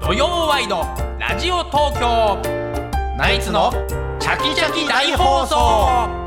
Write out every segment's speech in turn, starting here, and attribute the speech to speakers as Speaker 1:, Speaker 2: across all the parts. Speaker 1: 土曜ワイドラジオ東京ナイツのチャキチャキ大放送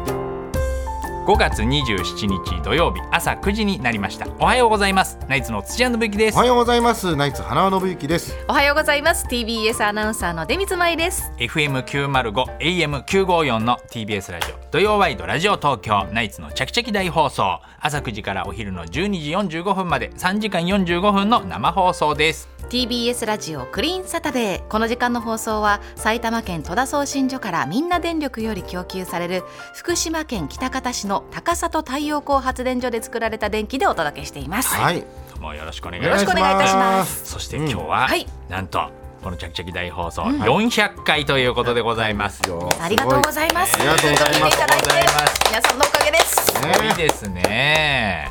Speaker 1: 5月27日土曜日朝9時になりましたおはようございますナイツの土屋信之で
Speaker 2: お
Speaker 1: す、
Speaker 2: はようございます。ナイツ花輪信之です。
Speaker 3: おはようございます。TBS アナウンサーの出光舞です。
Speaker 1: FM905 AM954 の TBS ラジオ土曜ワイドラジオ東京ナイツのチャキチャキ大放送朝9時からお昼の12時45分まで3時間45分の生放送です
Speaker 3: TBS ラジオクリーンサタデー。この時間の放送は埼玉県戸田送信所からみんな電力より供給される福島県北方市の高里太陽光発電所で作られた電気でお届けしています。
Speaker 2: はい。。
Speaker 1: どうもよろしくお願いし
Speaker 3: よ
Speaker 1: ま
Speaker 3: ろ
Speaker 1: す
Speaker 3: しくお願いいたします
Speaker 1: そして今日は、
Speaker 3: はい
Speaker 1: なんとこの「ちゃきちゃき大放送」400回ということでございます。す
Speaker 2: よ
Speaker 3: ありがとうございます。
Speaker 2: ありがとうございます
Speaker 3: 聞てただ
Speaker 1: ありが
Speaker 3: いて
Speaker 1: とうございます
Speaker 3: 皆さんのおかげです。
Speaker 2: ね
Speaker 1: ごいですね。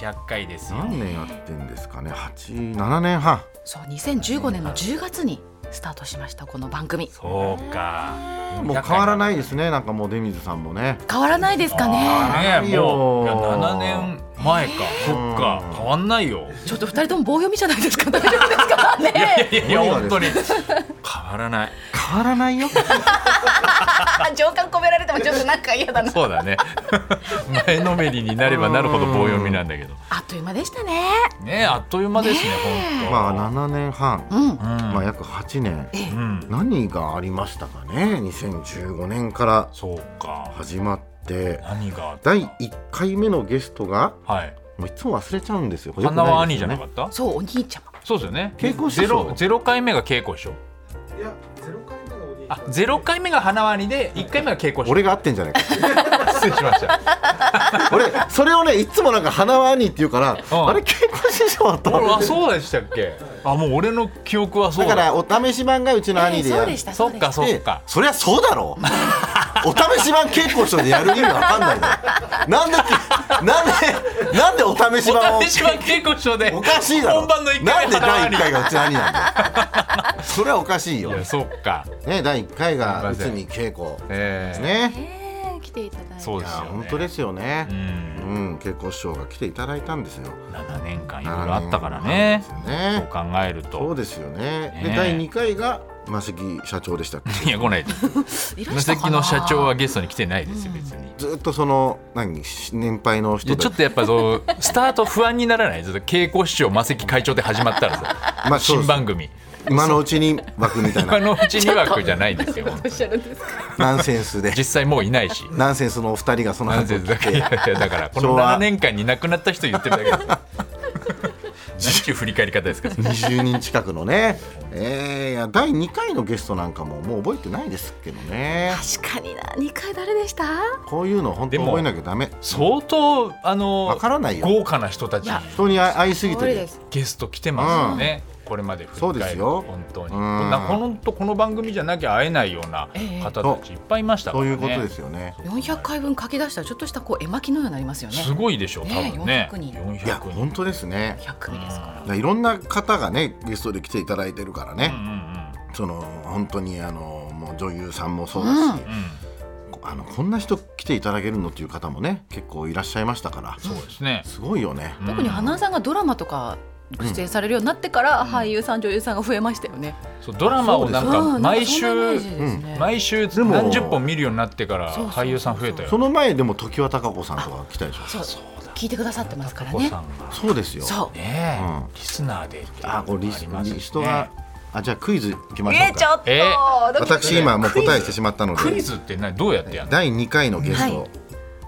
Speaker 1: 400回ですよ。
Speaker 2: 何年やってんですかね。八七年半。
Speaker 3: そう、2015年の10月にスタートしましたこの番組。
Speaker 1: そうか。
Speaker 2: もう変わら
Speaker 1: い
Speaker 2: ないですね。なんかもう出水さんもね。
Speaker 3: 変わらないですかね。
Speaker 1: ねえ、もういや
Speaker 2: 変わら
Speaker 1: 7
Speaker 2: ないよ
Speaker 1: 年前か、そっか、変わんないよ。
Speaker 3: ちょっと二人とも棒読みじゃないですか。大丈夫ですかね。
Speaker 1: いやいや、
Speaker 2: 無理は
Speaker 1: 本当に。変わらない。
Speaker 2: 変わらないよ。
Speaker 3: あ情感込められてもちょっとなんか嫌だな。
Speaker 1: そう だね。前のめりになればなるほど棒読みなんだけど。
Speaker 3: あっという間でしたね。
Speaker 1: ねえ、あっという間ですね、本当。
Speaker 2: まあ七年半。
Speaker 3: う
Speaker 1: う
Speaker 3: ん。
Speaker 1: ん
Speaker 2: まあ約八年。
Speaker 1: うん、
Speaker 2: 何がありましたかね。2015年から
Speaker 1: そうか。
Speaker 2: 始まって。
Speaker 1: 何があった
Speaker 2: 第一回目のゲストが
Speaker 1: はい。
Speaker 2: もういつも忘れちゃうんですよ。
Speaker 1: 花輪兄じゃなか
Speaker 2: っ
Speaker 1: った
Speaker 3: そう、お兄ちゃま。
Speaker 1: そうですよね。
Speaker 2: 稽古師匠
Speaker 1: ゼロゼロ回目が稽古師匠。
Speaker 4: いや、ゼロ回目のお兄さ
Speaker 1: あ、ゼロ回目が花輪兄で一回目が稽古師匠。
Speaker 2: 俺が合ってんじゃないか。
Speaker 1: 失礼しました。
Speaker 2: 俺それをねいつもなんか花輪兄って言うから、
Speaker 1: うん
Speaker 2: あれ稽古師匠と
Speaker 1: 俺 あ、そうでしたっけ？あ、もう俺の記憶はそう
Speaker 2: だ
Speaker 1: だ。
Speaker 2: からお試し版がうちの兄でやる、
Speaker 3: た
Speaker 1: そっかそ
Speaker 2: で
Speaker 1: っか。
Speaker 2: そりゃそう だろお試し版稽古師匠でやる意味わかんないだろなんでなんでなんでお試し版を
Speaker 1: お試しは稽古師匠で。
Speaker 2: おかしいだろ
Speaker 1: 本番の一
Speaker 2: な
Speaker 1: 回
Speaker 2: ん
Speaker 1: 目
Speaker 2: で
Speaker 1: 花輪
Speaker 2: 第
Speaker 1: 兄
Speaker 2: 1回がうちの兄なんだよそれはおかしいよ
Speaker 1: いや、そっか。
Speaker 2: ね第1回が内海稽古
Speaker 1: え
Speaker 2: で
Speaker 1: え
Speaker 2: すね、
Speaker 3: えー、来ていただいて。
Speaker 1: そうで
Speaker 2: いや
Speaker 1: すよね。。
Speaker 2: 本当ですすよね
Speaker 1: う。
Speaker 2: うんん稽古師匠が来ていただいたんですよ
Speaker 1: 七年間いろいろあったからね。
Speaker 2: 7年なんです
Speaker 1: そう
Speaker 2: よね
Speaker 1: 考える
Speaker 2: そう
Speaker 1: と。
Speaker 2: ですよね。で
Speaker 1: ねえ
Speaker 2: 第2回がマセキ社長でしたっけ
Speaker 1: いや、来ない。
Speaker 3: いら
Speaker 1: 無
Speaker 3: したか
Speaker 1: 責
Speaker 3: な
Speaker 1: の社長は。ゲストに来てないですよ、別に。
Speaker 2: ずっとその何年配の
Speaker 1: いや
Speaker 2: 人
Speaker 1: ち
Speaker 2: で
Speaker 1: ょっとやっぱ そうスタート不安にならないずっと稽古師匠正木会長で始まったらさ、
Speaker 2: まあそう
Speaker 1: 新
Speaker 2: です
Speaker 1: 番組
Speaker 2: 今のうちに枠みたい
Speaker 1: 今
Speaker 2: な
Speaker 1: のうちに枠じゃないんですよ
Speaker 3: どうおっしゃるんですか。
Speaker 2: ナンセ ンスで
Speaker 1: 実際もういないし
Speaker 2: ナンセンスのお二人がその
Speaker 1: なん
Speaker 2: 話
Speaker 1: せ
Speaker 2: を
Speaker 1: だ
Speaker 2: 聞
Speaker 1: からい
Speaker 2: て
Speaker 1: やいやだからこ
Speaker 2: 昭
Speaker 1: の
Speaker 2: 和
Speaker 1: 7年間に亡くなった人言ってるだけ です何ちゅう振り返り方ですか
Speaker 2: 20人近くのねえー、いや第2回のゲストなんかももう覚えてないですけどね
Speaker 3: 確かにな、二回誰でした。
Speaker 2: こういうの本当
Speaker 1: でも
Speaker 2: 覚えなきゃダメ
Speaker 1: 相当あの
Speaker 2: わからないよ
Speaker 1: 豪華な人たちに
Speaker 3: いや
Speaker 2: 人に会会いすぎて
Speaker 3: そう
Speaker 2: る
Speaker 3: です。
Speaker 1: ゲスト来てますよね、これまで振り返る
Speaker 2: そうですよ
Speaker 1: 本当に
Speaker 2: うん
Speaker 1: なこのとこの番組じゃなきゃ会えないような方たちいっぱいいましたか
Speaker 2: そ
Speaker 1: ら
Speaker 2: う
Speaker 1: ね
Speaker 2: いうことですよね
Speaker 3: 四百回分書き出したら、ちょっとしたこう絵巻のようになりますよね。
Speaker 1: すごいでしょう、
Speaker 3: ね
Speaker 1: 多分ね。
Speaker 3: 400人
Speaker 2: いや
Speaker 1: 400人。
Speaker 2: 本当ですね
Speaker 3: 百組ですから。
Speaker 2: いやいろんな方がねゲストで来ていただいてるからね、
Speaker 1: うんうん
Speaker 2: その本当にあのもう女優さんもそうだし、
Speaker 1: うん。うん
Speaker 2: こあのこんな人来ていただけるのっていう方もね結構いらっしゃいましたから
Speaker 1: そうですね。
Speaker 2: すごいよね。
Speaker 3: 特に花さんがドラマとか。出演されるようになってから、俳優さん女優さんが増えましたよね。
Speaker 1: そうドラマをなん
Speaker 3: う
Speaker 1: か毎
Speaker 3: んなんかそんなイメ
Speaker 1: 週
Speaker 3: ージですね
Speaker 1: 毎週
Speaker 2: も
Speaker 1: 何十本見るようになってから
Speaker 3: そうそう
Speaker 1: 俳優さん増えたよ。
Speaker 2: その前でも常盤貴子さんとか来たでしょ。
Speaker 3: そう聞いてくださってますから
Speaker 1: お子
Speaker 3: ね
Speaker 1: さ。んが
Speaker 2: そうですよ。
Speaker 3: そう。
Speaker 1: ねえ、
Speaker 2: うん
Speaker 1: リスナーでっていうのが
Speaker 2: あ、これリ
Speaker 1: あ
Speaker 2: ス
Speaker 1: りますよね
Speaker 2: リストがあじゃあクイズいきましょ
Speaker 3: え
Speaker 2: う
Speaker 3: ちょ
Speaker 2: か。
Speaker 3: っ
Speaker 1: え
Speaker 3: と。ドキドキ
Speaker 2: 私今もう答えしてしまったの
Speaker 1: クイ
Speaker 2: で
Speaker 1: ズって何どうやってやるの？
Speaker 2: 第2回のゲス
Speaker 3: は
Speaker 2: ト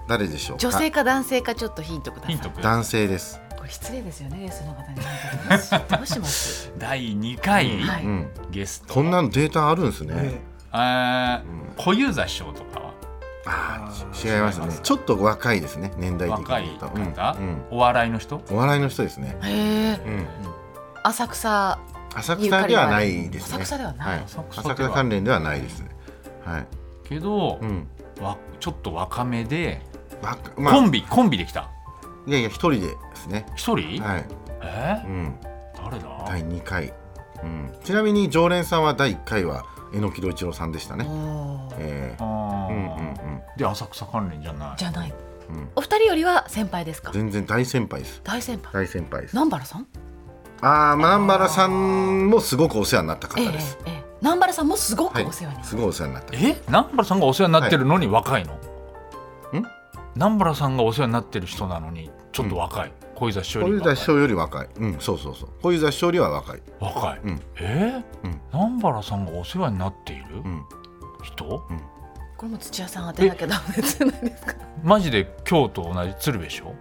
Speaker 2: 誰でしょうか。
Speaker 3: 女性か男性か、ちょっとヒントくださ
Speaker 1: ヒ
Speaker 3: い
Speaker 1: ン。トください
Speaker 2: 男性です。。
Speaker 3: これ失礼ですよね、ゲストの方に。どうします。
Speaker 1: 第二回
Speaker 3: はいう
Speaker 2: ん。
Speaker 1: ゲスト。
Speaker 2: こんなのデータあるんですね。
Speaker 1: あー小遊三師匠とかは
Speaker 2: あー、違いますね。ちょっと若いですね。年代的
Speaker 1: 若
Speaker 2: に
Speaker 1: い
Speaker 2: 言うと。
Speaker 1: 方
Speaker 2: うんうん。
Speaker 1: お笑いの人？
Speaker 2: お笑いの人ですね。
Speaker 3: へえ。
Speaker 2: うん。
Speaker 3: 浅草
Speaker 2: 浅草ではないですね。
Speaker 3: 浅草ではない
Speaker 2: い
Speaker 1: 浅草では
Speaker 2: 浅草関連ではないですね。はい。
Speaker 1: けど
Speaker 2: う、ん。
Speaker 1: わちょっと若めで
Speaker 2: わかま
Speaker 1: コ
Speaker 2: あ
Speaker 1: ンビコンビできた
Speaker 2: いやいや一人でですね。
Speaker 1: 一人？
Speaker 2: はい。
Speaker 1: え
Speaker 2: う？ん。
Speaker 1: 誰だ？
Speaker 2: 第二回。うん。ちなみに常連さんは第一回は榎木戸一郎さんでしたね。
Speaker 3: おー
Speaker 2: ええ
Speaker 1: あー
Speaker 2: うんうんうん。
Speaker 1: で浅草関連じゃない
Speaker 3: じゃない、
Speaker 2: うん
Speaker 3: お二人よりは先輩ですか
Speaker 2: 全然大先輩です。
Speaker 3: 大先輩
Speaker 2: 大先輩です。
Speaker 3: 南原さん
Speaker 2: ああ南原さんもすごくお世話になった方
Speaker 3: ええ
Speaker 2: です、
Speaker 3: ええ南原さんもすごく
Speaker 2: はい
Speaker 3: お世話に、
Speaker 2: すごいお世話になった
Speaker 1: え南原さんがお世話になってるのに若いの、
Speaker 2: ん
Speaker 1: 南原さんがお世話になってる人なのにちょっと若い、小遊三師匠よ
Speaker 2: 小
Speaker 1: り
Speaker 2: 遊三
Speaker 1: 若
Speaker 2: 師
Speaker 1: い
Speaker 2: 匠より若いうんそうそうそう小遊三師匠よりは若い
Speaker 1: 若い、
Speaker 2: うん
Speaker 1: えー
Speaker 2: うん
Speaker 1: 南原さんがお世話になっている
Speaker 2: うん
Speaker 1: 人、
Speaker 3: これも土屋さん当てなきゃダメじゃないですか
Speaker 1: マジで今日と同じ鶴瓶師匠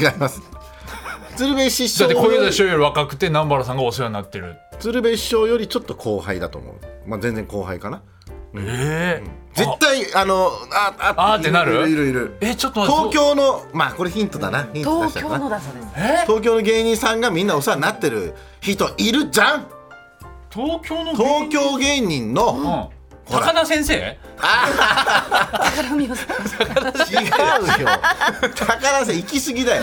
Speaker 2: 違います鶴瓶師
Speaker 1: だって
Speaker 2: 匠
Speaker 1: 小遊三師
Speaker 2: よ
Speaker 1: 匠より若くて南原さんがお世話になってる、
Speaker 2: り鶴瓶師匠よりちょっと後輩だと思う、まあ、全然後輩かなうん
Speaker 1: えー
Speaker 2: 絶対あのあ
Speaker 1: あーってなる
Speaker 2: いるいるいる
Speaker 1: えちょっと待って
Speaker 2: 東京のまあこれヒントだなヒント出し
Speaker 3: 東
Speaker 2: た
Speaker 3: 京
Speaker 2: か
Speaker 3: の
Speaker 2: な
Speaker 3: だそうです
Speaker 1: え
Speaker 2: 東京の芸人さんがみんなお世話になってる人いるじゃん
Speaker 1: 東京の
Speaker 2: 東京芸人の、
Speaker 1: うん
Speaker 2: ほら
Speaker 1: 高田先生
Speaker 3: 高田美穂さん
Speaker 2: 違うよ高田さん行き過ぎだよ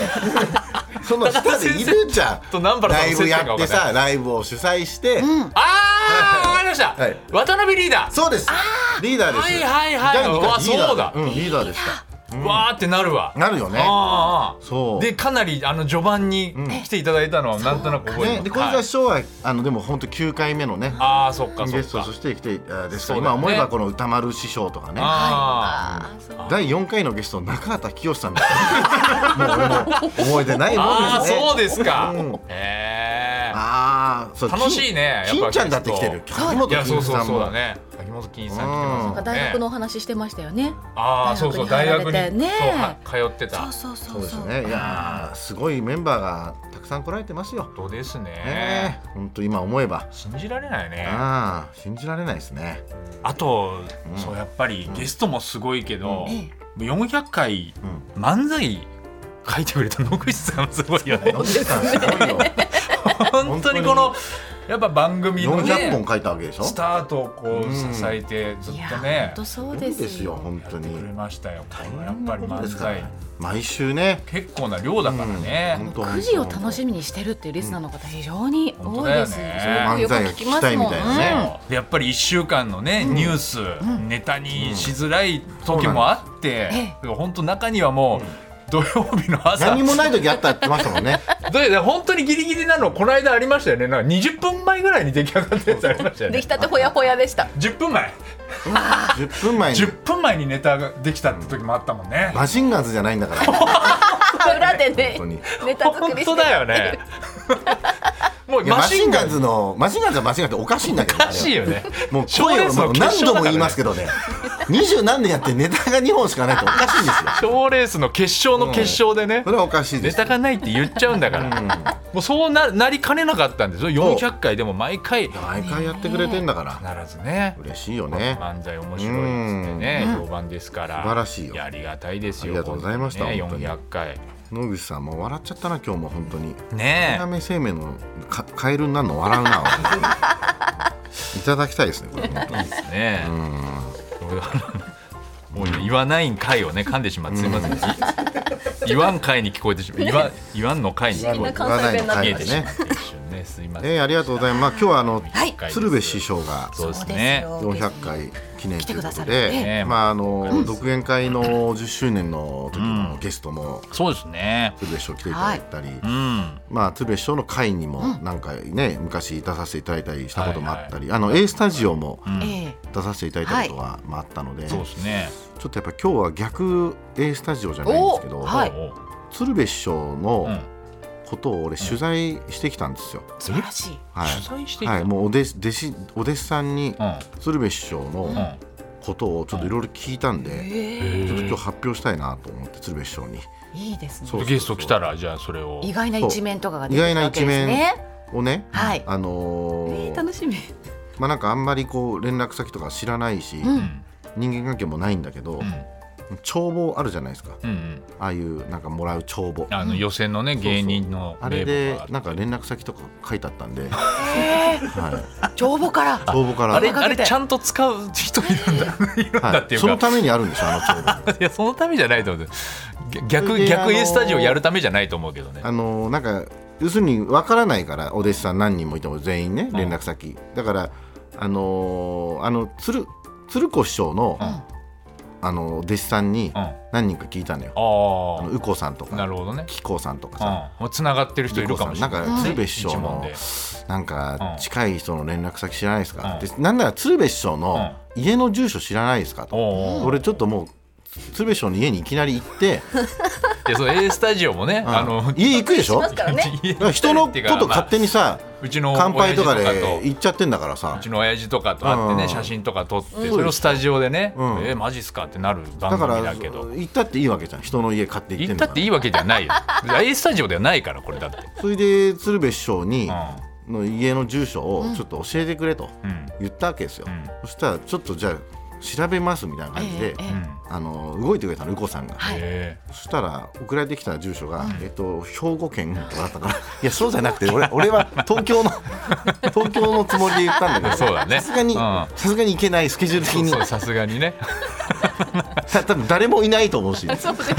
Speaker 2: その下でいる じゃん
Speaker 1: と南原さ
Speaker 2: ラ
Speaker 1: ん
Speaker 2: イ
Speaker 1: の接
Speaker 2: ブ
Speaker 1: 点が
Speaker 2: や
Speaker 1: 分かん
Speaker 2: っ
Speaker 1: な
Speaker 2: て
Speaker 1: い
Speaker 2: さライブを主催して、
Speaker 1: あーわかりました、
Speaker 2: はい
Speaker 1: 渡辺リーダー
Speaker 2: そうですリーダーです
Speaker 1: はいはいはい
Speaker 2: 第二回
Speaker 1: うわ
Speaker 2: リーダー
Speaker 1: そうだ
Speaker 2: んリーダーでした
Speaker 1: わーってなるわ。
Speaker 2: なるよね
Speaker 1: ああああ。
Speaker 2: そう
Speaker 1: でかなりあの序盤に来ていただいたのはなんとなく覚え
Speaker 2: ね
Speaker 1: て
Speaker 2: で
Speaker 1: ます。
Speaker 2: 小
Speaker 1: はい
Speaker 2: 泉師匠はあのでも本当9回目のね
Speaker 1: ああそっかそ
Speaker 2: ゲ
Speaker 1: っ
Speaker 2: スト
Speaker 1: か
Speaker 2: と。して来てあです
Speaker 1: そ
Speaker 2: か
Speaker 1: う
Speaker 2: ら
Speaker 1: だよね
Speaker 2: 今思えばこの歌丸師匠とかね
Speaker 1: あ
Speaker 3: あーそう
Speaker 2: 第4回のゲストの中畑清さんだもうもう覚えてない
Speaker 1: ーあー
Speaker 2: もんですね
Speaker 1: そうですか
Speaker 2: うん。
Speaker 1: へえ。
Speaker 2: ああそう
Speaker 1: 楽しいね
Speaker 2: 金
Speaker 1: やっぱ
Speaker 2: 金ちゃんだって来てる
Speaker 1: そう
Speaker 2: 金本
Speaker 1: いやそ
Speaker 2: 金
Speaker 1: うそう
Speaker 2: さん
Speaker 1: そう
Speaker 2: も
Speaker 1: だね。秋元金さん来てますもん
Speaker 3: か
Speaker 1: ね。
Speaker 3: 大学のお話してましたよね
Speaker 1: ああそうそう大
Speaker 3: 大
Speaker 1: 学
Speaker 3: 学
Speaker 1: に
Speaker 3: に
Speaker 1: そう
Speaker 3: 入られてね
Speaker 1: は通って
Speaker 3: そ
Speaker 1: た
Speaker 3: う。そうそ
Speaker 2: そう
Speaker 3: う
Speaker 2: です
Speaker 3: そう
Speaker 2: よねいやーすごいメンバーがたくさん来られてますよ
Speaker 1: どうですね
Speaker 2: ね。本当今思えば
Speaker 1: 信じられないね。
Speaker 2: ああ信じられないですね
Speaker 1: あと
Speaker 2: うん
Speaker 1: そうやっぱりゲストもすごいけど
Speaker 3: ええ
Speaker 1: 400回
Speaker 2: うん
Speaker 1: 漫才書いてくれた野口さんすごいよね。
Speaker 2: 野口さんすごいよ
Speaker 1: 本当にこのやっぱ番組の
Speaker 2: 400
Speaker 1: ね
Speaker 2: 本書いたわけでしょ
Speaker 1: スタートをこ
Speaker 2: う
Speaker 1: うん支えてずっ
Speaker 3: いや
Speaker 1: と
Speaker 3: ー
Speaker 1: ね
Speaker 3: 本当そう
Speaker 2: い
Speaker 3: で
Speaker 2: いですすよ
Speaker 3: よ
Speaker 2: 本
Speaker 1: や
Speaker 2: 当
Speaker 1: ってくれ
Speaker 2: に
Speaker 1: ましたよこれはや
Speaker 2: や
Speaker 1: っぱり漫才
Speaker 2: 毎週ね
Speaker 1: 結構な量だからね、
Speaker 3: 9時を楽しみにしてるっていうリスナーの方非常に多いです
Speaker 1: 本
Speaker 2: 当だよね
Speaker 3: すごくよく聞き
Speaker 2: 漫才が聞き
Speaker 3: ますもん
Speaker 2: たいみたいなね
Speaker 3: うん
Speaker 1: でやっぱり1週間のね、ニュース、ネタにしづらい時もあって、でも本当中にはもう、土曜日の朝
Speaker 2: 何もない時あったって言ってましたも んね
Speaker 1: で本当にギリギリなのこの間ありましたよねなんか20分前ぐらいに出来上がったやつありましたよ
Speaker 3: で
Speaker 1: ね
Speaker 3: きたてほやほやでした
Speaker 1: 10分前
Speaker 2: 10分前に
Speaker 1: 10分前にネタができたって時もあったもんね、
Speaker 2: マシンガンズじゃないんだから本
Speaker 3: 裏でね
Speaker 2: 当に
Speaker 3: ネタ作
Speaker 1: 本
Speaker 3: りして
Speaker 1: 当だよね。もう
Speaker 2: いや
Speaker 1: マ
Speaker 2: マ
Speaker 1: シ
Speaker 2: シ
Speaker 1: ン
Speaker 2: ン
Speaker 1: ガ
Speaker 2: ガ
Speaker 1: ン
Speaker 2: ン
Speaker 1: ズ
Speaker 2: ズのマシンガンズはマシンガンズでおかしいんだけどね
Speaker 1: らしいよね。
Speaker 2: もう声をもう何度も言いますけどね二十何年やってネタが2本しかないとおかしいんですよ
Speaker 1: 賞レースの決勝の決勝でね
Speaker 2: そ、れはおかしいで
Speaker 1: ネ
Speaker 2: す
Speaker 1: タがないって言っちゃうんだから、もうそうななりかねなかったんですよ。400回でも毎回必
Speaker 2: 毎回やってくれてんだから
Speaker 1: ずね。
Speaker 2: 嬉しいよね
Speaker 1: 漫才面白いっつってね評判ですから
Speaker 2: 素晴らしいよ
Speaker 1: やありがたいですよ
Speaker 2: ありがとうございました
Speaker 1: ね、
Speaker 2: 本当に
Speaker 1: 400回
Speaker 2: 野口さんもう笑っちゃったな今日も本当に
Speaker 1: ね
Speaker 2: ラーメン生命のかカエルになるの笑うな本当にいただきたいですね これ本当に
Speaker 1: えねえ
Speaker 2: うん
Speaker 1: 俺はもう今言わないん回をね噛んでしまってすいません、言わん回に聞こえてしまう言わ言わんの回に聞こえてしまう
Speaker 3: 関西弁になっ
Speaker 1: 見
Speaker 3: て
Speaker 1: え
Speaker 3: ま
Speaker 1: て
Speaker 3: す
Speaker 1: しまって一瞬ね、すいません。
Speaker 2: えーありがとうございます、まあ、今日はあの
Speaker 3: はい
Speaker 2: 鶴瓶師。匠が
Speaker 1: そうですね。
Speaker 2: 400回記念ということ
Speaker 3: 来てくださるえ
Speaker 1: え
Speaker 2: で、まああの独演会の10周年の時のゲストも
Speaker 1: そうですね。
Speaker 2: 鶴瓶師匠来ていただいたり、
Speaker 1: うん。
Speaker 2: まあ鶴瓶師匠の会にも何回ね、昔出させていただいたりしたこともあったり、あの A スタジオも
Speaker 3: え
Speaker 2: 出させていただいたことはまああったので、
Speaker 1: そうですね。
Speaker 2: ちょっとやっぱ今日は逆 A スタジオじゃないんですけど、
Speaker 3: おはい
Speaker 1: おう
Speaker 2: 鶴瓶師匠
Speaker 1: うん
Speaker 2: の。ことを俺取材してきたんですよ。
Speaker 3: 素晴らしい
Speaker 2: はい
Speaker 1: 取材していた。
Speaker 2: はい、もうお弟子弟子お弟子さんに
Speaker 1: う
Speaker 2: 鶴瓶師匠
Speaker 1: ん。う
Speaker 2: の
Speaker 1: ん。
Speaker 2: ことをちょっといろいろ聞いたんで。
Speaker 3: ええ
Speaker 2: ちょっと今日発表したいなと思って鶴瓶師匠に
Speaker 3: いいですね
Speaker 2: そう
Speaker 1: ゲスト来たら、じゃあ、それを。
Speaker 3: 意外な一面とかが出てくるわけです
Speaker 2: 意外な
Speaker 3: ね
Speaker 2: をね、
Speaker 3: はい
Speaker 2: あのー
Speaker 3: ええ楽しみ
Speaker 2: まあなんかあんまりこう連絡先とか知らないし、
Speaker 1: うんん。
Speaker 2: 人間関係もないんだけど、
Speaker 1: うん。
Speaker 2: 帳簿あるじゃないですか
Speaker 1: うんうん。
Speaker 2: ああいうなんかもらう帳簿
Speaker 1: あの予選のね、芸人の
Speaker 2: あ
Speaker 1: 名
Speaker 2: れ
Speaker 1: 簿
Speaker 2: で
Speaker 1: がある。
Speaker 2: なんか連絡先とか書いてあったんで、はい、
Speaker 3: 帳簿から
Speaker 2: 帳簿から
Speaker 1: あれ、
Speaker 3: か
Speaker 1: あ
Speaker 3: け
Speaker 1: れ、
Speaker 3: て
Speaker 1: ちゃんと使う人いるんだ。いるんだっ
Speaker 2: は
Speaker 1: てい
Speaker 2: い、
Speaker 1: う
Speaker 2: その
Speaker 1: か。
Speaker 2: ためにあるんですよあの帳簿
Speaker 1: いや、そのためじゃないと思う。
Speaker 2: そ
Speaker 1: 逆、
Speaker 2: れであ
Speaker 1: 逆
Speaker 2: の
Speaker 1: A スタジオやるためじゃないと思うけどね。
Speaker 2: あのーなんか要するにわからないからお弟子さん何人もいても全員ね連絡先、だからあのーあの鶴鶴子師匠の、
Speaker 1: うん
Speaker 2: あの弟子さんに
Speaker 1: うん
Speaker 2: 何人か聞いたのよ、あの
Speaker 1: あ
Speaker 2: 右近さんと
Speaker 1: あな
Speaker 2: か
Speaker 1: るほどね
Speaker 2: 紀子さんとかさ、
Speaker 1: うんもう繋がってる人いるかもしれない
Speaker 2: リコさんなんか鶴瓶師匠の
Speaker 1: 一問で
Speaker 2: なんか
Speaker 1: うん
Speaker 2: 近い人の連絡先知らないですか、
Speaker 1: うん
Speaker 2: でなんなら鶴瓶師匠の家の住所知らないですかと、
Speaker 1: おー
Speaker 2: 俺ちょっともう鶴瓶師匠の家にいきなり行 って、
Speaker 1: でその A スタジオもね、
Speaker 2: うん
Speaker 1: あの
Speaker 2: 家行くでしょ
Speaker 3: ますからね
Speaker 1: 家
Speaker 2: だから人のこと勝手にさ、
Speaker 1: うちの
Speaker 2: 乾杯とかで
Speaker 1: 親父と
Speaker 2: 行っちゃってんだからさ
Speaker 1: うちの親父とかと会ってね、
Speaker 2: うん
Speaker 1: 写真とか撮って、
Speaker 2: うん
Speaker 1: それをスタジオでね、
Speaker 2: うん
Speaker 1: えーマジっすかってなる
Speaker 2: だ
Speaker 1: 番
Speaker 2: か
Speaker 1: 組
Speaker 2: ら
Speaker 1: だけど
Speaker 2: 行ったっていいわけじゃん人の家買って行って
Speaker 1: 行っ
Speaker 2: ん
Speaker 1: た
Speaker 2: だ
Speaker 1: っ
Speaker 2: か
Speaker 1: て
Speaker 2: ら
Speaker 1: いいわけじゃ ないよ A スタジオではないからこれだって、
Speaker 2: それで鶴瓶師匠に
Speaker 1: う
Speaker 2: の家の住所をちょっと教えてくれと
Speaker 1: んうん
Speaker 2: 言ったわけですよ、
Speaker 1: うん
Speaker 2: そしたらちょっとじゃあ調べますみたいな感じで、
Speaker 3: えええ
Speaker 1: うん
Speaker 2: あの動いてくれたの右子さんが、
Speaker 3: はい
Speaker 1: え
Speaker 2: そしたら送られてきた住所が、えっと、兵庫県とかだったから いやそうじゃなくて俺俺は東京の 東京のつもりで言ったんだ
Speaker 1: ー
Speaker 2: けど
Speaker 1: そうだね
Speaker 2: さすがに
Speaker 1: うん
Speaker 2: さすがに行けないスケジュール的
Speaker 1: そう
Speaker 2: に
Speaker 1: そうさすがにね
Speaker 2: た多分誰もいないと思うし
Speaker 3: そうです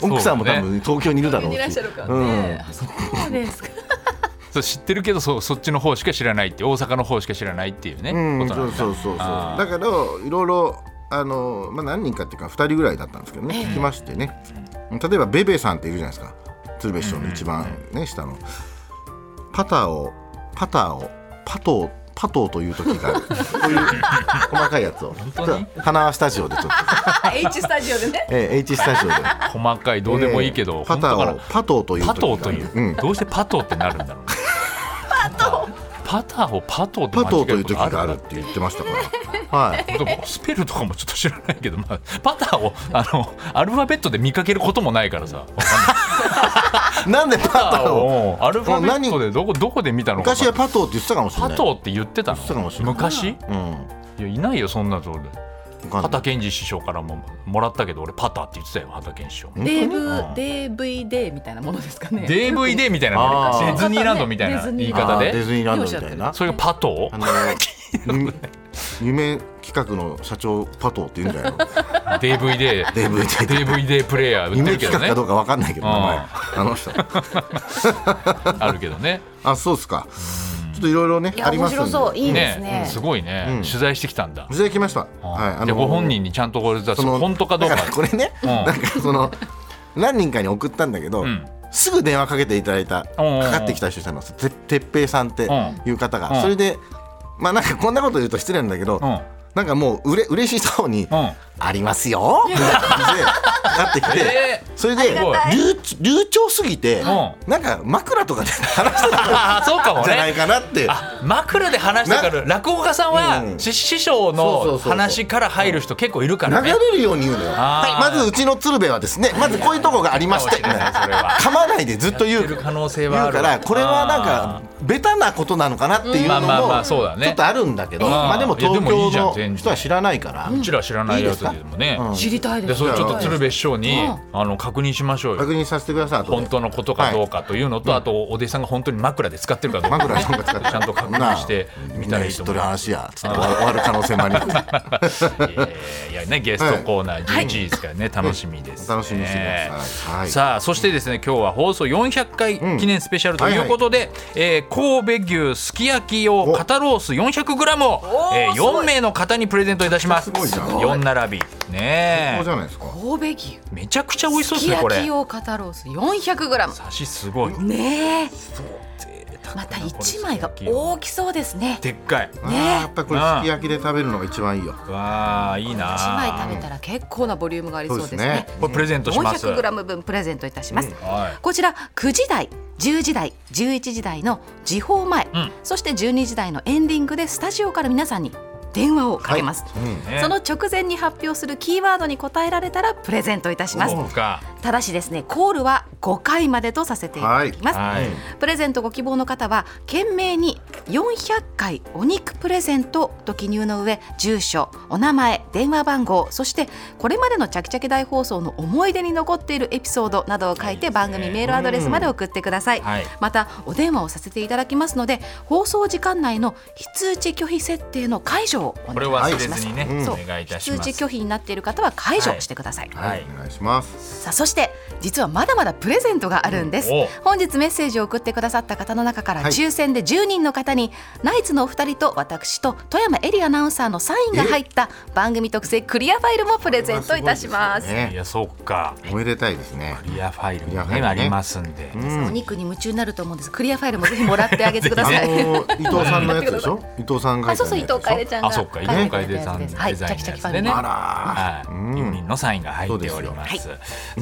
Speaker 2: 奥さんも
Speaker 1: そうね
Speaker 2: 多分東京にいるだろう
Speaker 3: いらっ
Speaker 2: し
Speaker 3: しゃるからね、あそうですか
Speaker 1: そう知ってるけどそうそっちの方しか知らないって大阪の方しか知らないっていうね、
Speaker 2: うん
Speaker 1: こと
Speaker 2: そ
Speaker 1: な
Speaker 2: うん
Speaker 1: だ
Speaker 2: そうそうそう
Speaker 1: あー
Speaker 2: だけどいろいろあの、まあ、何人かっていうか2人ぐらいだったんですけどね
Speaker 3: ええ
Speaker 2: 聞きましてね例えばベベさんっているじゃないですか鶴瓶師匠の一番ね下のパターをパターをパトーパトーという時 があるこういう細かいやつを
Speaker 1: 当に
Speaker 2: 花輪スタジオでちょっと、
Speaker 3: あ H スタジオでね
Speaker 2: ええ H スタジオで
Speaker 1: 細かいどうでもいいけど、
Speaker 2: ええパ
Speaker 1: 本当
Speaker 2: タ
Speaker 1: か
Speaker 2: ー
Speaker 1: な
Speaker 2: をパトーという時
Speaker 1: パ
Speaker 2: がある
Speaker 1: トーという、
Speaker 2: うん、
Speaker 1: どうしてパトーってなるんだろうパトーパターをパトーって間違
Speaker 2: パトーと
Speaker 1: え
Speaker 2: いう
Speaker 1: るこ
Speaker 2: 時
Speaker 1: と
Speaker 2: がある
Speaker 1: の
Speaker 2: って言ってましたから、はい、
Speaker 1: でもスペルとかもちょっと知らないけど、まあ、パターをあのアルファベットで見かけることもないからさわかんない
Speaker 2: なんでパターを
Speaker 1: うんアルファベットでどこどこで見たのか
Speaker 2: 昔はパトーって言ってたかもしれ
Speaker 1: パ
Speaker 2: ない
Speaker 1: トーって言ってたの
Speaker 2: 言ってたかもしれない
Speaker 1: 昔い
Speaker 2: うん
Speaker 1: やいないよそんなとこで
Speaker 2: わかんない
Speaker 1: 畑健二師匠からももらったけど俺パターって言ってたよ畑健二師匠
Speaker 2: 本当に
Speaker 3: DV DVD みたいなものですかね
Speaker 1: DVD みたいなの
Speaker 2: あー
Speaker 1: ディズニーランドみたいな言い方
Speaker 2: あーディ
Speaker 1: で
Speaker 2: ズニーランドみたいな
Speaker 1: それがパト
Speaker 2: あのゆ 夢企画の社長パトーって言うんだ よ
Speaker 1: ー DVD
Speaker 2: DVD で
Speaker 1: DVD プレイヤー売って
Speaker 2: 夢
Speaker 1: るけどね
Speaker 2: 企画かどうかわかんないけど名前
Speaker 1: うん
Speaker 2: あの人
Speaker 1: あるけどね
Speaker 2: あそうですかちょっといろいろね
Speaker 3: いや
Speaker 2: ありま
Speaker 3: 面
Speaker 2: すんで
Speaker 3: 白そういいですね
Speaker 1: ねすごいね、
Speaker 2: うん
Speaker 1: 取材してきたんだ
Speaker 2: いただきましたはい
Speaker 1: でご本人にちゃんとこれだその本当かどうか
Speaker 2: だらこれね
Speaker 1: うん
Speaker 2: なんかその何人かに送ったんだけど、
Speaker 1: うん
Speaker 2: すぐ電話かけていただいた
Speaker 1: う
Speaker 2: か
Speaker 1: んうんうん
Speaker 2: かってきた人いたのててっぺいさんっていう方が、
Speaker 1: うん
Speaker 2: それでまあなんかこんなこと言うと失礼なんだけ
Speaker 1: う
Speaker 2: ど、
Speaker 1: ん
Speaker 2: なんかもううれ嬉しそうに、
Speaker 1: うん
Speaker 2: ありますよみたいな感じでなってきて、
Speaker 1: え
Speaker 2: それで
Speaker 1: ありがた
Speaker 2: 流ち流暢すぎて、
Speaker 1: う
Speaker 2: なんか枕とかで話してたん
Speaker 1: ああそうかも
Speaker 2: じゃない
Speaker 1: ね
Speaker 2: かなって
Speaker 1: あ枕で話したから落語家さんは、
Speaker 2: うん
Speaker 1: し師匠
Speaker 2: そうそうそ
Speaker 1: の
Speaker 2: うそう
Speaker 1: 話から入る人結構いるか
Speaker 2: 流
Speaker 1: らね
Speaker 2: れるように言うのよ、
Speaker 1: あー
Speaker 2: はいまずうちの鶴瓶はですねまずこういうとこがありまして
Speaker 1: かもしれないそれは
Speaker 2: 噛まないでずっ と言う
Speaker 1: いる可能性は
Speaker 2: 言
Speaker 1: あ
Speaker 2: う
Speaker 1: る
Speaker 2: からこれはなんかベタなことなのかなっていうの
Speaker 1: うんまあまあま
Speaker 2: も
Speaker 1: あ
Speaker 2: ち
Speaker 1: そうだ
Speaker 2: ょ
Speaker 1: ね
Speaker 2: っとあるんだけど、
Speaker 1: うん
Speaker 2: まあでも
Speaker 1: いやで
Speaker 2: 東
Speaker 1: もいいじゃん
Speaker 2: 京
Speaker 1: 全然
Speaker 2: の人は知らないから
Speaker 1: うちら知らないやつでもね
Speaker 2: うん
Speaker 3: 知りたいで
Speaker 1: ですそれちょっと鶴
Speaker 3: 瓶
Speaker 1: 瓶師匠に、あの確認しましょうよ
Speaker 2: 確認させてください後で
Speaker 1: 本当のことかどうかというのと、あとお弟子さんが本当に枕で使ってるかどうか
Speaker 2: 枕とか使っ て
Speaker 1: ちゃんと確認してみたらいいと思う
Speaker 2: みんな知っとる話やつって終わる終わる可能性もあります
Speaker 1: えーいやねゲストコーナー11時ですからね、楽しみです、ね。
Speaker 2: 楽しみにしてくださいはい
Speaker 1: さあそしてですね今日は放送400回記念スペシャルということで、えー神戸牛すき焼き用肩ロース 400g を、えー、4名の方にプレゼントいたします
Speaker 2: すごいじゃん
Speaker 1: 4並びね
Speaker 2: そうじ
Speaker 1: え
Speaker 2: ゃないですか
Speaker 3: 神戸牛
Speaker 1: めちゃくちゃ美味しそう
Speaker 3: す
Speaker 1: で
Speaker 3: き
Speaker 1: すねこ
Speaker 3: 焼
Speaker 1: れ
Speaker 3: き用肩ロース 400g
Speaker 1: サシすごい
Speaker 3: ねえまた1枚が大きそうですね
Speaker 1: でっかい
Speaker 2: あー
Speaker 3: ね
Speaker 2: やっぱりこれすき焼きで食べるのが一番いいよ
Speaker 1: わあいいな
Speaker 3: 1枚食べたら結構なボリュームがありそうですね
Speaker 1: これプレゼントします
Speaker 3: 400g 分プレゼントいたします、
Speaker 1: はい
Speaker 3: こちら9時台10時台11時台の時報前、
Speaker 1: ん
Speaker 3: そして12時台のエンディングでスタジオから皆さんに電話をかけます、
Speaker 2: うん
Speaker 1: ね
Speaker 3: その直前に発表するキーワードに答えられたらプレゼントいたします
Speaker 1: そうか
Speaker 3: ただしですねコールは5回までとさせていただきます、
Speaker 1: はい
Speaker 3: プレゼントご希望の方は懸命に400回お肉プレゼントと記入の上住所お名前電話番号そしてこれまでのチャキチャキ大放送の思い出に残っているエピソードなどを書いて番組メールアドレスまで送ってください、
Speaker 1: はい
Speaker 3: またお電話をさせていただきますので放送時間内の非通知拒否設定の解除をお
Speaker 1: こ
Speaker 3: 願
Speaker 1: れ
Speaker 3: い
Speaker 1: は忘れ
Speaker 3: します
Speaker 1: ずにね、
Speaker 2: ん
Speaker 3: そう
Speaker 1: お願いいたし
Speaker 3: 通
Speaker 1: ま
Speaker 3: 知
Speaker 1: す
Speaker 3: 拒否になっている方は解除してください、
Speaker 1: はい
Speaker 2: お願いします
Speaker 3: さあそして実はまだまだプレ
Speaker 5: レゼントがあるんです
Speaker 1: お
Speaker 5: 本日メッセージを送ってくださった方の中から
Speaker 2: はい
Speaker 5: 抽選で10人の方に、ナイツのお二人と私と富山エリアナウンサーのサインが入った番組特製クリアファイルもプレゼントいたします
Speaker 1: い
Speaker 2: ね
Speaker 1: やそっか
Speaker 2: おめでたいですね
Speaker 1: クリアファイル
Speaker 2: クリア
Speaker 1: も
Speaker 2: ファ
Speaker 1: ね
Speaker 2: イルね
Speaker 1: ありますんで、
Speaker 5: お肉に夢中になると思うんですクリアファイルもぜひもらってあげてくだ
Speaker 2: あ
Speaker 5: さい、
Speaker 2: のー伊藤さんのやつでしょ伊藤さんが
Speaker 5: あ
Speaker 2: 書
Speaker 5: そ
Speaker 2: いうた
Speaker 5: そう伊
Speaker 2: やつでし
Speaker 5: 藤楓ちゃんが
Speaker 1: あそっか伊
Speaker 5: 書い
Speaker 1: 藤
Speaker 5: てく
Speaker 1: 楓
Speaker 5: れたや
Speaker 1: さん
Speaker 5: つで
Speaker 1: デ
Speaker 5: すはいチ
Speaker 1: ザ
Speaker 5: ャ
Speaker 1: イン
Speaker 5: キ
Speaker 1: の
Speaker 5: チャ
Speaker 1: やつ
Speaker 5: キファイ
Speaker 1: で
Speaker 5: ル
Speaker 1: ね
Speaker 5: も
Speaker 2: あら
Speaker 1: はい、4人のサインが入っております、さ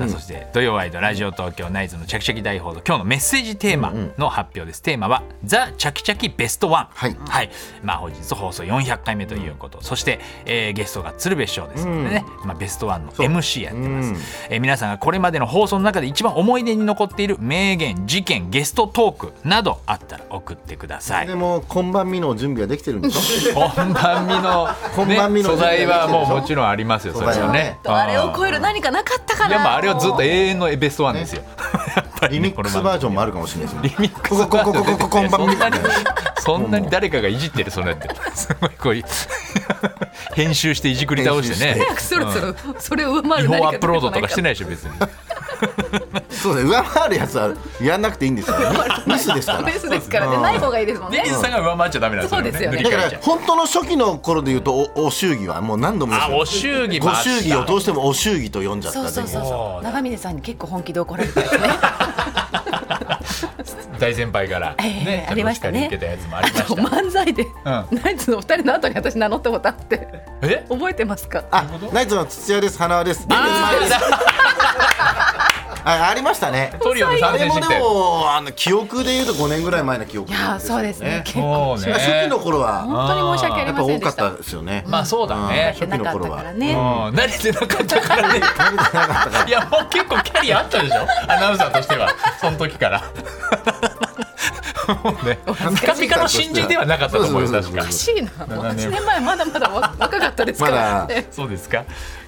Speaker 1: あそして土曜ワイドラジオ東京ナイツのチャキチャキ大報道今日のメッセージテーマの発表です、テーマは「ザ・チャキチャキベストワン、
Speaker 2: はい
Speaker 1: まあ本日放送400回目ということ、そして、えーゲストが鶴瓶師匠ですのでね、まあ、ベストワンの
Speaker 2: そう
Speaker 1: MC やってます、
Speaker 2: うん
Speaker 1: えー皆さんがこれまでの放送の中で一番思い出に残っている名言事件ゲストトークなどあったら送ってください
Speaker 2: でも今晩見の準備はできてるんでしょ
Speaker 1: 本番見の,、
Speaker 2: 本
Speaker 1: ね、
Speaker 2: 番見の
Speaker 1: 素材はもうもちろんありますよそれ
Speaker 2: 素材
Speaker 1: は
Speaker 2: は
Speaker 1: ね
Speaker 2: ね
Speaker 5: あれを超える何かなかったか
Speaker 1: いや
Speaker 5: な
Speaker 1: まああれはずっと永遠のベストワンですよ。やっぱり
Speaker 2: リ
Speaker 1: ね
Speaker 2: ミックスバージョンもあるかもしれないですねリミックス
Speaker 1: この
Speaker 2: こここここここんばんみたいな
Speaker 1: そんなに誰かがいじってるそれってすごいこういう編集していじくり倒してね
Speaker 2: 編。
Speaker 5: そろそろそれを上回
Speaker 1: 違
Speaker 5: る
Speaker 1: 法
Speaker 5: 何か
Speaker 1: アップロードとかして
Speaker 5: ない
Speaker 1: ないでしょ別に。
Speaker 2: そうです上回るやつはやんなくていいんですよ ミスですから
Speaker 5: ベースですからねない方がいいですもん
Speaker 1: で
Speaker 5: ね
Speaker 1: 水さんが上回っちゃダメなんですよね。
Speaker 5: そうですよね
Speaker 1: 塗り
Speaker 2: だか
Speaker 1: 替えち
Speaker 2: ら
Speaker 1: ゃう
Speaker 2: 本当の初期の頃で言うとおお祝儀はもう何度も
Speaker 1: あ
Speaker 2: 言いました
Speaker 1: お祝儀も
Speaker 2: ご
Speaker 1: あった
Speaker 2: 祝儀をどうしてもお祝儀と呼んじゃっ
Speaker 5: そう
Speaker 2: た
Speaker 5: そうそう
Speaker 1: そ
Speaker 5: そうう
Speaker 1: だ
Speaker 5: 長峰さんに結構本気で怒られたよね
Speaker 1: 大先輩から
Speaker 5: ええ
Speaker 1: ね
Speaker 5: ありましたね
Speaker 1: ちょっとお叱り受けたやつもありま
Speaker 5: あと
Speaker 1: した。
Speaker 5: 漫才で、
Speaker 1: う
Speaker 5: ナイツのお二人の後に私名乗ったことあって
Speaker 1: え？
Speaker 5: 覚えてますか
Speaker 2: あナイツの土屋です花輪です
Speaker 1: あ
Speaker 2: 出 て
Speaker 1: ー
Speaker 2: ますあありましたね
Speaker 1: トリオで
Speaker 2: あ
Speaker 1: 参
Speaker 2: れ
Speaker 1: 戦し
Speaker 2: も
Speaker 1: てき
Speaker 2: で
Speaker 1: たよ。
Speaker 2: もあの記憶で言うと5年ぐらい前の記憶
Speaker 5: いやーそうですね結構
Speaker 1: もうね。
Speaker 2: 初期の頃は
Speaker 5: 本当に申し訳
Speaker 2: や
Speaker 5: あり
Speaker 2: っぱ
Speaker 5: ません
Speaker 2: 多
Speaker 5: で
Speaker 2: か
Speaker 5: し
Speaker 2: ったたですよね
Speaker 1: まあそうだね。
Speaker 2: 初期
Speaker 5: な
Speaker 2: の
Speaker 5: かった
Speaker 2: 頃
Speaker 5: から
Speaker 2: は
Speaker 1: う
Speaker 5: ね
Speaker 1: ん、慣れてなかったからね。いや、もう結構キャリアあったでしょアナウンサーとしては、その時から。もうね、ピカピカの新人ではなかったと思います、
Speaker 2: そうそうそうそう
Speaker 1: 確か
Speaker 5: おかしいな
Speaker 1: 長年
Speaker 5: 8年前まだまだ若かったですか
Speaker 2: まだ
Speaker 5: らね
Speaker 1: そうですか。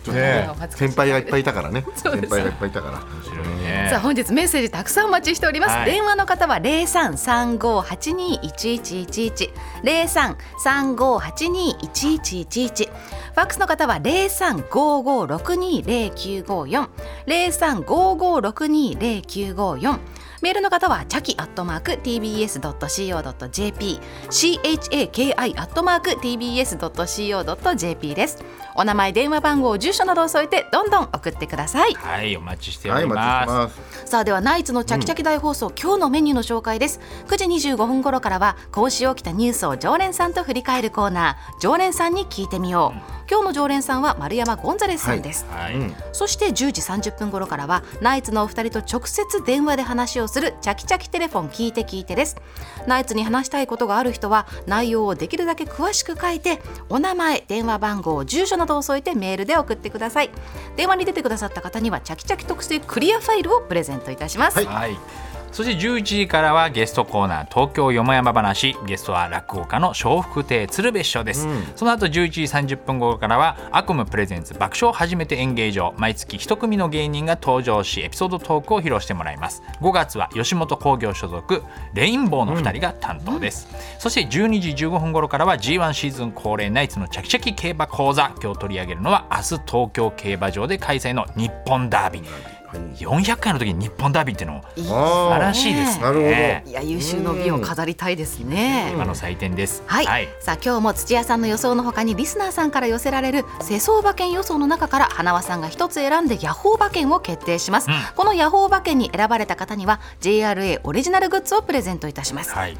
Speaker 5: ね
Speaker 1: ね
Speaker 5: お恥ずかしい
Speaker 2: 先輩がいっぱいいたからね
Speaker 5: そう
Speaker 2: 先
Speaker 5: です
Speaker 2: 輩がいっぱいいたから
Speaker 5: さあ本日メッセージたくさんお待ちしております、
Speaker 1: はい
Speaker 5: 電話の方は零三三五八二一一一一零三三五八二一一一一ファックスの方は零三五五六二零九五四零三五五六二零九五四メールの方はチャキアットマーク tbs ドット co ドット jp c h a k i アットマーク tbs ドット co ドット jp です。お名前、電話番号、住所などを添えてどんどん送ってください。
Speaker 1: はい、お待ちしてお
Speaker 2: はい
Speaker 1: り
Speaker 2: お待
Speaker 1: ます。
Speaker 2: ちしてます
Speaker 5: さあではナイツのチャキチャキ大放送、今日のメニューの紹介です9時25分頃からは今週起きたニュースを常連さんと振り返るコーナー常連さんに聞いてみよう、今日の常連さんは丸山ゴンザレスさんです、
Speaker 1: はい、
Speaker 5: そして10時30分頃からはナイツのお二人と直接電話で話をするチャキチャキテレフォン聞いて聞いてですナイツに話したいことがある人は内容をできるだけ詳しく書いてお名前電話番号住所などを添えてメールで送ってください電話に出てくださった方にはチャキチャキ特製クリアファイルをプレゼントいたします、
Speaker 1: はい。そして11時からはゲストコーナー東京よもやま話ゲストは落語家の笑福亭鶴瓶師匠です、その後11時30分頃からはアコムプレゼンツ爆笑初めて演芸場毎月一組の芸人が登場しエピソードトークを披露してもらいます5月は吉本興業所属レインボーの2人が担当です、そして12時15分頃からは G1 シーズン恒例ナイツのチャキチャキ競馬講座今日取り上げるのは明日東京競馬場で開催の日本ダービー400回の時に日本ダービーっていうのを
Speaker 5: いい
Speaker 2: あー
Speaker 1: 素晴らしいですね。
Speaker 2: なるほど
Speaker 5: いや優秀の美を飾りたいですね、
Speaker 1: 今の祭典です。
Speaker 5: はい、さあ今日も土屋さんの予想のほかにリスナーさんから寄せられる世相馬券予想の中から花輪さんが一つ選んでヤホー馬券を決定します、
Speaker 1: ん
Speaker 5: このヤホー馬券に選ばれた方には JRA オリジナルグッズをプレゼントいたします、
Speaker 1: はい。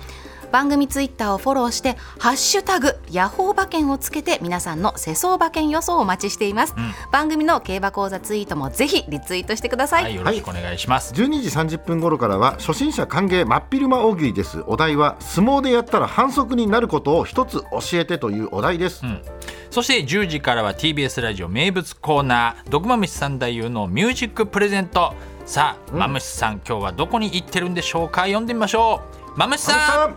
Speaker 5: 番組ツイッターをフォローして「ハッシュタグヤホー馬券」をつけて皆さんの世相馬券予想をお待ちしています、番組の競馬講座ツイートもぜひリツイートしてください、
Speaker 1: はい、よろしくお願いします。
Speaker 2: 12時30分頃からは初心者歓迎真っ昼間大喜利ですお題は相撲でやったら反則になることを一つ教えてというお題です、
Speaker 1: そして10時からは TBS ラジオ名物コーナー「ドクマムシさん大優のミュージックプレゼント」さあ、マムシさん今日はどこに行ってるんでしょうか読んでみましょうマムシさん
Speaker 2: さ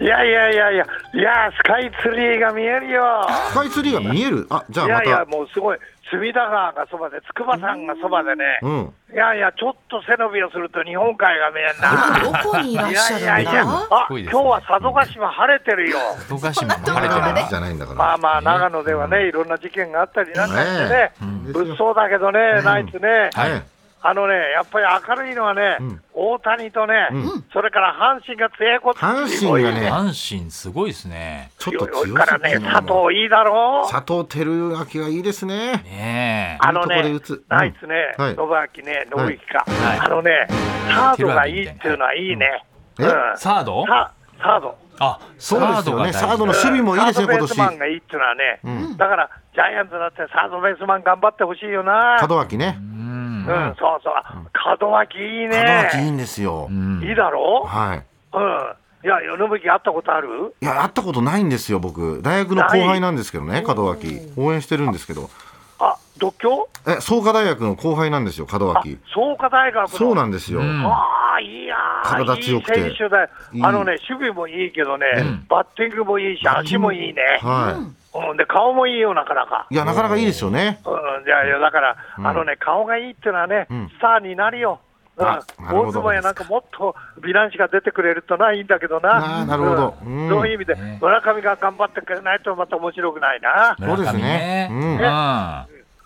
Speaker 2: あ
Speaker 6: いやいやいやいや、いやスカイツリーが見えるよ。
Speaker 2: スカイツリーが見えるあじゃあ
Speaker 6: い
Speaker 2: ま
Speaker 6: や
Speaker 2: た
Speaker 6: いや、もうすごい、隅田川がそばで、筑波山がそばでね、
Speaker 2: うん
Speaker 6: いやいや、ちょっと背伸びをすると日本海が見えん
Speaker 5: どこにいら
Speaker 6: な。
Speaker 5: っ
Speaker 6: い
Speaker 5: しゃる
Speaker 6: や
Speaker 5: ん
Speaker 6: い
Speaker 5: だ
Speaker 6: やいや、あ
Speaker 1: ごいで
Speaker 6: 今
Speaker 1: す
Speaker 6: 日
Speaker 1: ね
Speaker 6: は佐渡島晴れてるよ。
Speaker 1: 東ヶ島も
Speaker 5: そんなとこ
Speaker 1: 晴れ
Speaker 5: ま
Speaker 1: て
Speaker 5: で
Speaker 1: る
Speaker 2: あ
Speaker 1: ね
Speaker 2: ーじゃないんだから、
Speaker 6: まあまあ、長野ではね、いろんな事件があったりなんかしてね、
Speaker 2: ねえうん
Speaker 6: 物騒だけどね、ナイツね、
Speaker 2: はい
Speaker 6: あのね、やっぱり明るいのはね、
Speaker 2: うん
Speaker 6: 大谷とね、
Speaker 2: うん
Speaker 6: それから阪神が強いこと。
Speaker 2: 阪神がね
Speaker 1: 阪神すごいですね。
Speaker 2: ちょっと
Speaker 6: 強い強
Speaker 2: 強
Speaker 6: い
Speaker 2: す
Speaker 6: から
Speaker 2: ぎ
Speaker 6: ね
Speaker 2: る、な
Speaker 6: 佐藤いいだろう。
Speaker 2: 佐藤輝明がいいですね。
Speaker 1: ねえ。
Speaker 6: あの
Speaker 2: いいとこ
Speaker 6: ね
Speaker 2: で打つ、
Speaker 6: ナイツね、
Speaker 2: はい
Speaker 6: 信明ね、信之か、
Speaker 1: はい
Speaker 6: あのね、サードがいいっていうのはいいね。
Speaker 2: うんえ
Speaker 6: うん
Speaker 1: サード？
Speaker 6: ササード。
Speaker 1: あ、
Speaker 2: そうですよね。
Speaker 1: サ
Speaker 2: サ
Speaker 1: ー
Speaker 2: ー
Speaker 1: ドが
Speaker 2: ド
Speaker 1: 大
Speaker 2: の
Speaker 1: 事
Speaker 2: 守備もいいですね、
Speaker 6: サー
Speaker 2: 今
Speaker 6: ドベースマン
Speaker 2: 年。
Speaker 6: がいいっていうのはね、
Speaker 2: うん
Speaker 6: だからジャイアンツだってサードベースマン頑張ってほしいよな。
Speaker 2: 門脇ね。
Speaker 6: うん、そうそう。門脇いい
Speaker 2: 門脇いい
Speaker 6: ね。
Speaker 2: んですよ
Speaker 1: う。ん。
Speaker 6: いいだろ
Speaker 2: はい。
Speaker 6: う。うん。いや、世のぶき会ったことある？
Speaker 2: いや、会ったことないんですよ、僕。大学の後輩なんですけどね、門脇。応援してるんですけど。
Speaker 6: あ、独協？
Speaker 2: え、創価大学の後輩なんですよ、門
Speaker 6: あ
Speaker 2: 脇。、
Speaker 6: 創価大学の。
Speaker 2: そうなんですよ。
Speaker 1: うん
Speaker 6: ああ、いやー
Speaker 2: 体強くて
Speaker 6: いい選手だよ
Speaker 2: いい
Speaker 6: あのね、守備もいいけどね、バッティングもいいし、足もいいね、
Speaker 2: は
Speaker 6: うん、で顔もいいよ、なかなか
Speaker 2: い。。いや、なかなかいいですよね。
Speaker 6: うん、いやいや、だから、あのね、顔がいいっていうのはね、
Speaker 2: ん
Speaker 6: スターになるよ。うん
Speaker 2: あなるほど
Speaker 6: 大相撲やなんかもっと美男子が出てくれるとないいんだけどな、
Speaker 2: あーなるほど
Speaker 6: う
Speaker 2: うん
Speaker 6: んそういう意味で、
Speaker 1: ね
Speaker 6: 村上が頑張ってくれないとまた面白くないな。
Speaker 2: そうですね
Speaker 1: 村上ね
Speaker 2: う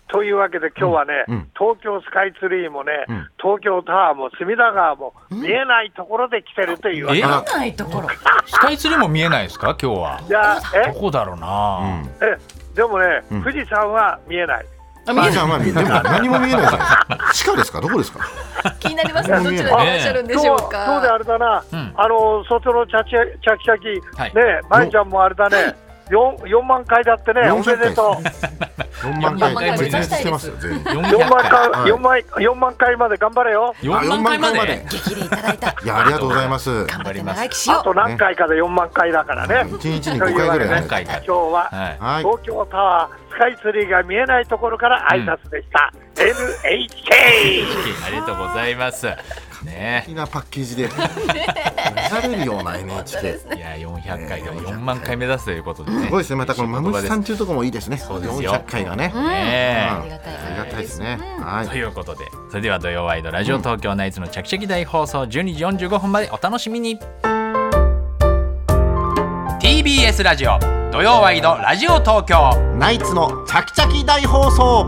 Speaker 6: というわけで、今日はね、
Speaker 2: うんうん
Speaker 6: 東京スカイツリーもね、
Speaker 2: うん
Speaker 6: 東京タワーも隅田川も見えないところで来てるというわけ
Speaker 1: え
Speaker 6: だ。
Speaker 1: あ
Speaker 3: ないところ
Speaker 1: スカイツリーも見えないですか今日は。
Speaker 6: いや
Speaker 1: どこだろう
Speaker 2: う
Speaker 1: な。
Speaker 2: ん。
Speaker 6: ええでもね、
Speaker 2: ん
Speaker 6: 富士山は見えない。
Speaker 3: あ見
Speaker 2: あ
Speaker 3: え
Speaker 2: じゃあ、まあ、でも何も見えないじゃないですか。地下ですかどこですか
Speaker 3: 気になりますねどちらにいらっしゃるんで
Speaker 6: 今日
Speaker 3: しょ
Speaker 6: は
Speaker 3: う
Speaker 6: 今日で
Speaker 3: か
Speaker 6: あれだな、
Speaker 1: うん
Speaker 6: あの外のチャキチャキチャキ、
Speaker 1: はい
Speaker 6: ねまゆちゃんもあれだね、四四万回だってね、お
Speaker 2: 400
Speaker 6: めでとう。
Speaker 2: ?4 万回
Speaker 1: 四万回
Speaker 2: 絶滅してますよ、全員。
Speaker 1: 四
Speaker 6: 四万
Speaker 1: 回。
Speaker 2: は
Speaker 6: 回、
Speaker 2: い
Speaker 6: 四万四万回まで頑張れよ。
Speaker 1: 四万回まで。。
Speaker 3: 激励いただいた
Speaker 2: いや、ありがとうございます。
Speaker 3: 頑張って
Speaker 1: 頑張ります
Speaker 3: 長生きし
Speaker 6: あ
Speaker 3: よ
Speaker 6: と何回かで四万回だからね。
Speaker 2: 一日に5回ぐらい
Speaker 1: 何回か
Speaker 6: 今。日は、
Speaker 1: はい。
Speaker 2: はい。
Speaker 6: 東京タワースカイツリーが見えないところから挨拶でした。NHK。
Speaker 1: ありがとうございます。ね
Speaker 2: 好きなパッケージで。やれるような NHK。す
Speaker 1: え。いや400回でも4万回目指すということでね。
Speaker 2: ごいですね。またこのマムシさん中とかもいいですね。
Speaker 1: うですよ
Speaker 2: 400回がね。
Speaker 3: う、うん、
Speaker 1: ねえ
Speaker 3: ありがたい
Speaker 2: ありがたいですね。は
Speaker 1: と
Speaker 2: い。
Speaker 1: いうことでそれでは土曜ワイドラジオ東京ナイツのチャキチャキ大放送12時45分までお楽しみに TBS ラジオ土曜ワイドラジオ東京
Speaker 2: ナイツのチャキチャキ大放送。